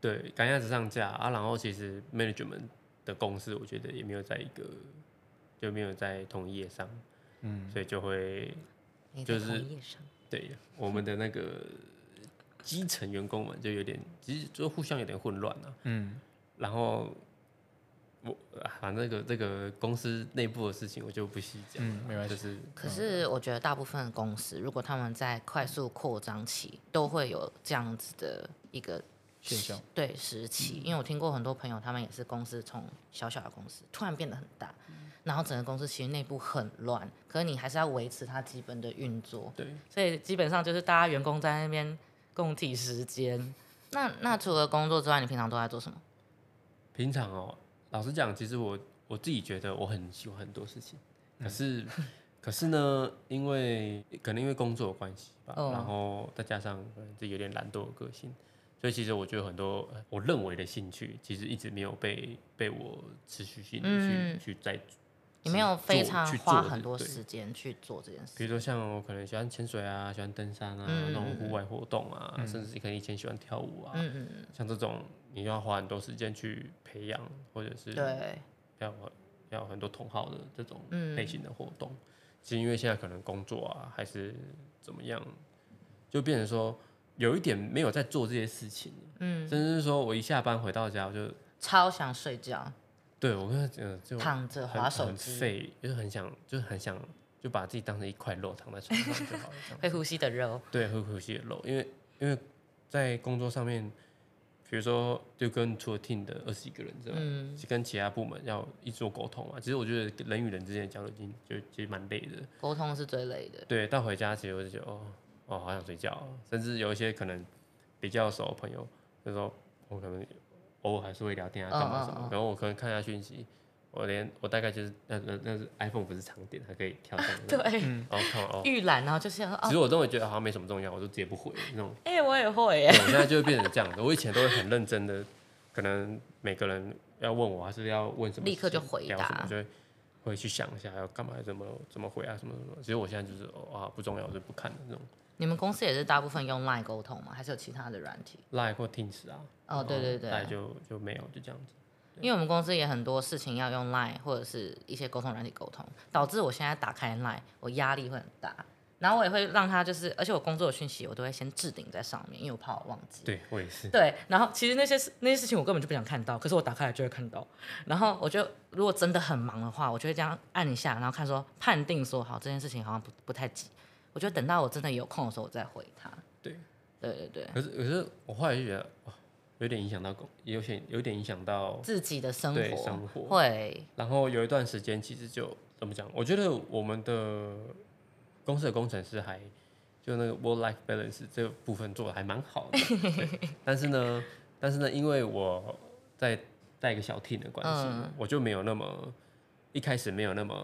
对赶鸭子上架啊，然后其实 management 的公司我觉得也没有在一个就没有在同一页上，嗯，所以就会你在就是同业上对我们的那个基层员工们就有点其实就互相有点混乱啊，嗯，然后我啊，那个这个公司内部的事情我就不细讲了啦，嗯没关系就是可是我觉得大部分的公司，如果他们在快速扩张期，都会有这样子的一个现象时对时嗯期。因为我听过很多朋友，他们也是公司从小小的公司突然变得很大，然后整个公司其实内部很乱，可是你还是要维持它基本的运作，对所以基本上就是大家员工在那边共体时间。那那除了工作之外，你平常都在做什么？平常哦，老实讲，其实我我自己觉得我很喜欢很多事情，可是、可是呢，因为可能因为工作的关系吧，哦然后再加上可能自己有点懒惰的个性，所以其实我觉得很多呃我认为的兴趣，其实一直没有被被我持续性的去、嗯去在你没有非常去做花的很多对时间去做这件事。比如说像我可能喜欢潜水啊，喜欢登山啊，嗯那种嗯户外活动啊，嗯甚至可能以前喜欢跳舞啊，嗯嗯，像这种你要花很多时间去培养，或者嗯是对，要要很多同好的这种嗯类型的活动。其实因为现在可能工作啊，还是怎么样，就变成说有一点没有在做这些事情，嗯，甚至是说我一下班回到家，我就超想睡觉，对我跟他讲，就躺着很划手很机，废，就是很想，就是很想就把自己当成一块肉躺在床上就好了。这样会呼吸的肉，对，会呼吸的肉，因为因为在工作上面，比如说就跟除了 team 的二十几个人之外，嗯就跟其他部门要一直做沟通嘛。啊其实我觉得人与人之间的交流已经就其实蛮累的。沟通是最累的。对，到回家其实我就觉得哦哦，好想睡觉哦，甚至有一些可能比较熟的朋友，就说我可能偶尔还是会聊天啊，干嘛什嗯嗯么嗯。。然后我可能看一下讯息，我连我大概就是那那那是 iPhone 不是长点，还可以跳动然 对，嗯，后看完哦，预览，然后就是要其哦，实我都会觉得好像没什么重要，我就直接不回那种。哎、我也会耶，对我现在就会变成这样子。我以前都会很认真的，可能每个人要问我，还是要问什么事情，立刻就回答聊什么就会会去想一下要干嘛，怎么怎么回啊，什么什么。其实我现在就是哦啊不重要，我就不看的那种。你们公司也是大部分用 LINE 沟通吗？还是有其他的软体？赖或 Teams 啊，哦，对对对，赖就就没有，就这样子。因为我们公司也很多事情要用 Line 或者是一些沟通软体沟通，导致我现在打开 Line，我压力会很大。然后我也会让他就是，而且我工作的讯息我都会先置顶在上面，因为我怕我忘记。对我也是，对，然后其实那些事那些事情我根本就不想看到，可是我打开来就会看到。然后我就如果真的很忙的话，我就会这样按一下，然后看说判定说好这件事情好像不不太急，我就等到我真的有空的时候我再回他。对，对对对，可是可是我后来就觉得哇，有点影响到工，有点有点影响到。自己的生对活生活会然后有一段时间其实就怎么讲，我觉得我们的公司的工程师还就那个 work life balance 这个部分做的还蛮好的，对但是呢，但是呢，因为我在带一个小 team 的关系，嗯我就没有那么一开始没有那么，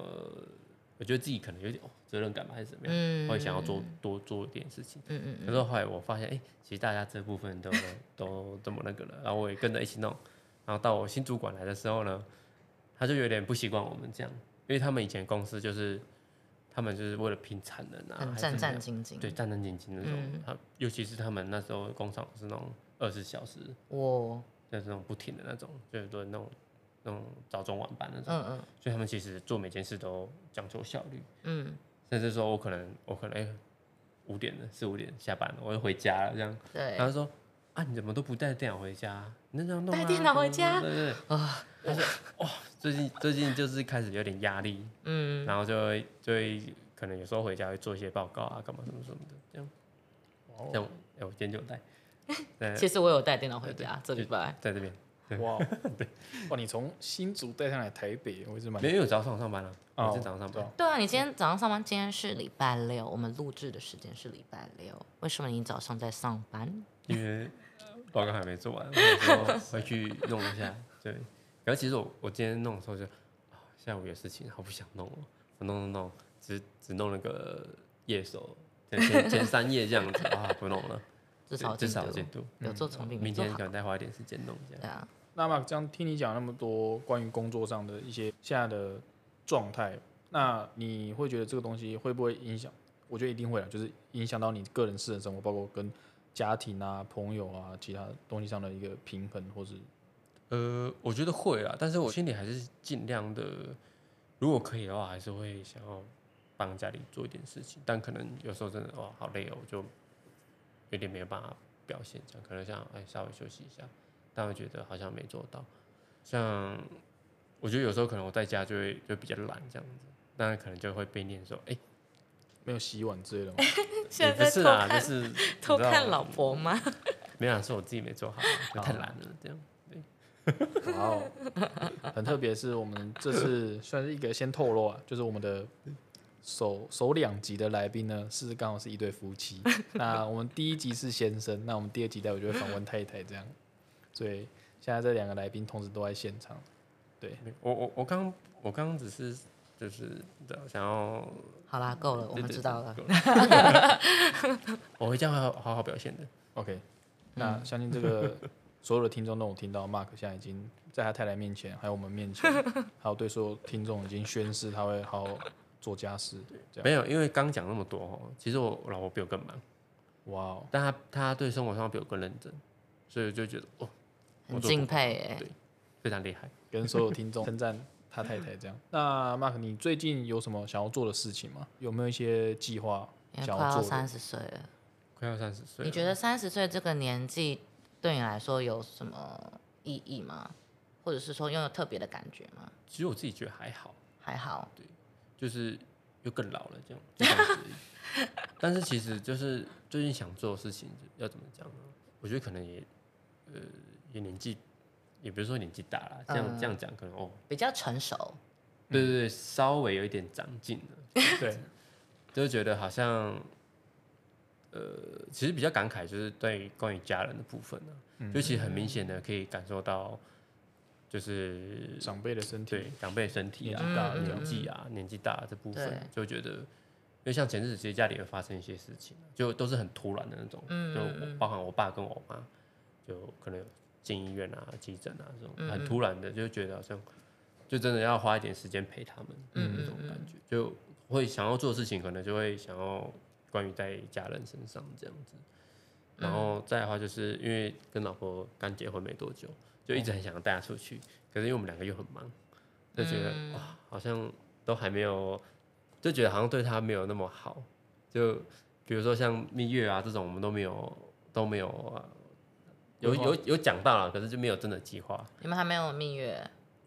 我觉得自己可能有点、哦、责任感吧，还是怎么样，嗯会想要做多做一点事情。嗯嗯可是后来我发现，哎、其实大家这部分都 都这么那个了，然后我也跟着一起弄。然后到我新主管来的时候呢，他就有点不习惯我们这样，因为他们以前公司就是他们就是为了拼产能啊，很还战是怎么战样兢兢。对战战兢兢那种。嗯他尤其是他们那时候工厂是那种二十小时，我就是那种不停的那种，就是都那种那种早中晚班那种，嗯嗯所以他们其实做每件事都讲究效率。嗯，甚至说我可能我可能哎五、点了四五点下班了，我就回家了这样。对然，后说啊，你怎么都不带电脑回家？你那这样弄、啊、带电脑回家啊对对对。他说哇，最近最近就是开始有点压力，嗯，然后就会就会可能有时候回家会做一些报告啊，干嘛什么什么的，这样哇哦像我哎、我今天就有带，呃其实我有带电脑回家对，这礼拜在这边，哦，哇 哦，哇，你从新竹带上来台北，我一直蛮没有因为我早上上班了、哦我是早上上班。对对啊，你今天早上上班，今天是礼拜六，我们录制的时间是礼拜六，为什么你早上在上班？因为报告还没做 完，我说回去弄一下。对，然后其实我我今天弄的时候就，啊，下午有事情，好不想弄哦，我弄弄弄，只只弄了个页手，前前前三页这样子啊，不弄了，至少至进少度进度，嗯有做成品，没明做天好可。能再花一点时间弄这样。对啊，那么这样听你讲那么多关于工作上的一些现在的状态，那你会觉得这个东西会不会影响？我觉得一定会啊，就是影响到你个人私人生活，包括跟家庭啊、朋友啊、其他东西上的一个平衡，或是呃，我觉得会啦，但是我心里还是尽量的，如果可以的话，还是会想要帮家里做一点事情，但可能有时候真的哇，好累哦，我就有点没有办法表现这样，可能想哎稍微休息一下，但我觉得好像没做到。像我觉得有时候可能我在家就会就比较懒这样子，那可能就会被念说，哎、没有洗碗之类的吗？ 也不是啦，就是你知偷看道老婆 吗？没有啦，是我自己没做好啊，就太哦懒了这样。哇哦， 很特别，是我们这次算是一个先透露啊，就是我们的首首两集的来宾呢，是刚好是一对夫妻。那我们第一集是先生，那我们第二集待会就会访问太太这样。所以现在这两个来宾同时都在现场，我我我刚我刚刚只是就是对啊想要，好啦，够了，我对们对知道了。够哦我会这样好好好表现的。 OK，那相信这个所有的听众都有听到，Mark 现在已经在他太太面前，还有我们面前，还有对所有听众已经宣誓他会好好做家事。这样，没有，因为刚讲那么多哦，其实我老婆比我更忙，哇哦，但她她对生活上比我更认真，所以我就觉得哦，很敬佩耶、对非常厉害。跟所有听众称赞他太太这样。那 Mark，你最近有什么想要做的事情吗？有没有一些计划因为想快要要做三的？十岁了。快要三十岁了，你觉得三十岁这个年纪对你来说有什么意义吗？或者是说拥有特别的感觉吗？其实我自己觉得还好，还好，就是又更老了这样。这样子 但是其实就是最近想做的事情要怎么讲呢？我觉得可能也呃也年纪，也不是说年纪大了，这样、嗯这样讲可能哦，比较成熟。对对对，稍微有一点长进了。对，就是觉得好像，呃，其实比较感慨就是对于关于家人的部分呢、就其实很明显的可以感受到，就是长辈的身体对长辈身体年纪大啊、了年纪啊、年纪大这部分对，就觉得，因为像前阵子其实家里也发生一些事情，就都是很突然的那种，嗯就嗯我包含我爸跟我妈，就可能有进医院啊、急诊啊这嗯种很突然的，就觉得好像就真的要花一点时间陪他们，嗯那种感觉，就会想要做的事情，可能就会想要关于在家人身上这样子。嗯然后再的话，就是因为跟老婆刚结婚没多久，就一直很想要带她出去，可是因为我们两个又很忙，就觉嗯得、哦哇，好像都还没有，就觉得好像对她没有那么好。就比如说像蜜月啊这种，我们都没有都没有、啊、有有有讲到了，可是就没有真的计划，你们还没有蜜月，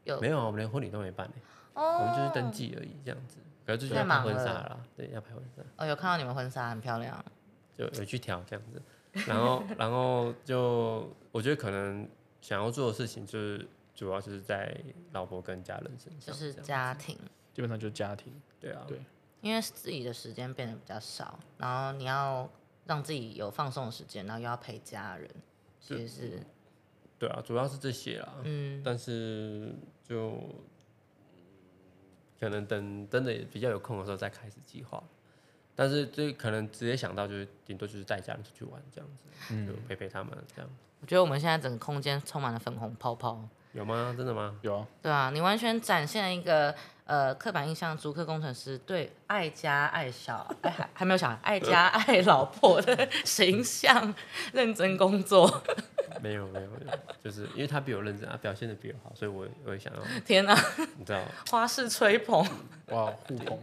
有没有啊，我们连婚礼都没办呢、哦我们就是登记而已，这样子。可是就是要太拍忙婚纱了啦，对，要拍婚纱，哦，有看到你们婚纱很漂亮，就有去调这样子。然后， 然后就我觉得可能想要做的事情，就是主要就是在老婆跟家人身上，就是这样。家庭，基本上就是家庭。对啊，对因为自己的时间变得比较少，然后你要让自己有放松的时间，然后又要陪家人，其实是对啊，主要是这些啦。嗯，但是就嗯可能等真的比较有空的时候再开始计划。但是这可能直接想到就是顶多就是带家人出去玩这样子，就陪陪他们这样。我觉得我们现在整个空间充满了粉红泡泡。有吗？真的吗？有啊，对啊，你完全展现了一个呃刻板印象，足科工程师对爱家、爱小、爱还还没有小孩、爱 家、爱老婆的形象，认真工作。没有没有 没有，就是因为他比我认真啊，表现的比我好，所以我也我也想要，天啊，你知道，花式吹捧，哇，互捧。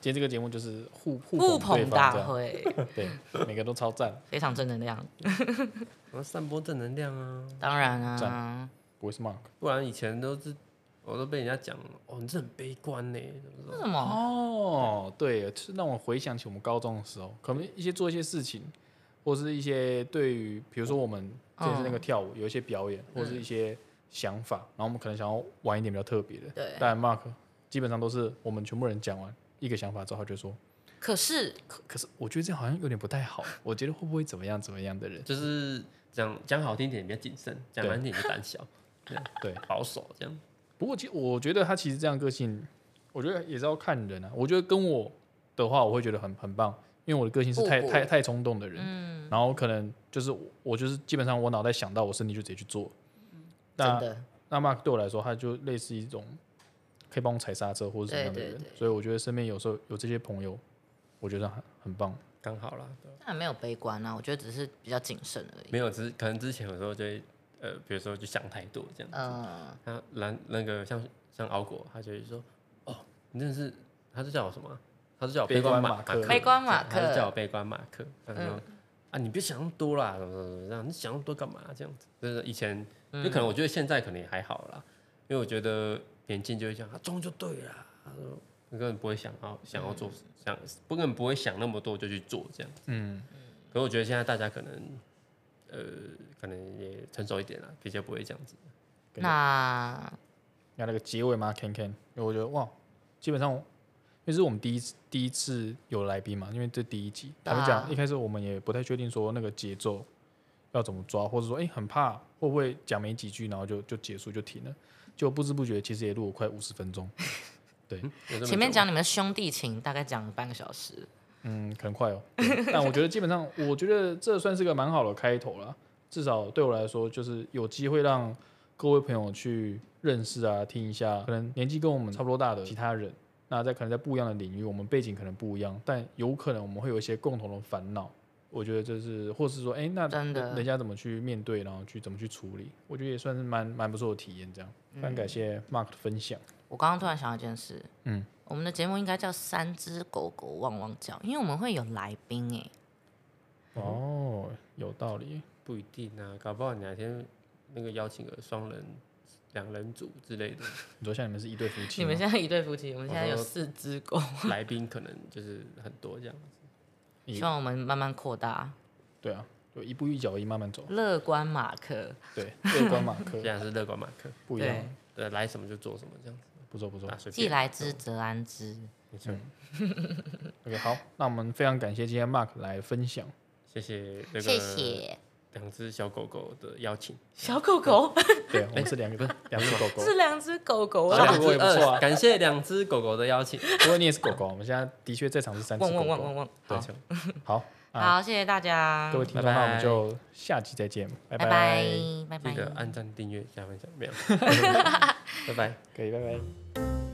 今天这个节目就是互互互捧对方捧大这样，会，对，每个都超赞。非常正能量。我要散播正能量啊，当然啊，我是 Mark，不然以前都是我都被人家讲，哦，你这很悲观呢，怎么为说？什么？哦，对，是让我回想起我们高中的时候，可能一些做一些事情，或是一些对于，比如说我们之前是那个跳舞，有一些表演，或是一些想法，然后我们可能想要玩一点比较特别的。对但 Mark 基本上都是我们全部人讲完一个想法之后，他就说，可是可可是我觉得这样好像有点不太好，我觉得会不会怎么样怎么样的人？就是讲讲好听一点比较谨慎，讲难听点就胆小，对，保守这样。不过其实我觉得他其实这样个性，我觉得也是要看人啊。我觉得跟我的话，我会觉得很很棒，因为我的个性是太互补嗯太太冲动的人，然后可能就是我我就是基本上我脑袋想到，我身体就直接去做。嗯真那的，那 Mark 对我来说，他就类似一种可以帮我踩刹车或者什么样的对人，对所以我觉得身边有时候有这些朋友，我觉得很很棒。刚好啦，对但没有悲观啊，我觉得只是比较谨慎而已。没有，只是可能之前有时候就会，呃，比如说就想太多这样。嗯，他蓝那个像像敖果，他就会说，哦，你真的是，他是叫我什么啊？他是叫我悲观马马克悲观马他就叫我克，嗯悲观马克。他说、啊，你别想那么多啦，怎么怎么怎么样，你想那么多干嘛？这样子，就是以前，就嗯可能我觉得现在可能也还好啦，因为我觉得年轻就会讲，啊，中就对啦。他说，你根本不会想要想要做，嗯想不根本不会想那么多就去做这样。嗯，可是我觉得现在大家可能，呃，可能也成熟一点啦，比较不会这样子。那要那个结尾吗？Ken Ken，因为我觉得哇，基本上因为是我们第一次第一次有来宾嘛，因为这第一集，对他啊们讲一开始我们也不太确定说那个节奏要怎么抓，或者说哎、很怕会不会讲没几句，然后就就结束就停了，就不知不觉其实也录了快五十分钟，有这么前面久吗讲你们兄弟情，大概讲了半个小时。嗯，可能快哦。 对但我觉得基本上，我觉得这算是个蛮好的开头了，至少对我来说，就是有机会让各位朋友去认识啊，听一下可能年纪跟我们差不多大的其他人，那在可能在不一样的领域，我们背景可能不一样，但有可能我们会有一些共同的烦恼。我觉得这是，或是说，哎、那真的人家怎么去面对，然后去怎么去处理，我觉得也算是蛮蛮不错的体验。这样，嗯非常感谢 Mark 的分享。我刚刚突然想到一件事，嗯，我们的节目应该叫《三只狗狗汪汪叫》，因为我们会有来宾哎、嗯哦，有道理。不一定啊，搞不好你哪天那个邀请个双人、两人组之类 的你说像你们是一对夫妻你吗，们现在一对夫妻，我们现在有我说四只狗，来宾，可能就是很多这样。一希望我们慢慢扩大。对啊，就一步一脚印慢 慢走。乐观马克，对，乐观马克 现在是乐观马克，不一样对，对，来什么就做什么这样子，不错不错嗯打。水既漂。来之则安之。没错， OK，好，那我们非常感谢今天 Mark 来分 享，谢谢那谢个谢两只小狗狗的邀请，小狗狗，对我们是两个两只狗狗，是两只狗狗小啊狗！狗也不错啊呃感谢两只狗狗的邀请，不过你也是狗狗，我们现在的确在场是三只 汪狗汪汪汪狗。汪！没好，错，好，啊，好，谢谢大家，各位听众，拜拜那我们就下期再见，拜拜拜，拜拜。 记得按赞、订阅、加分享，没有？拜拜。可以，拜拜。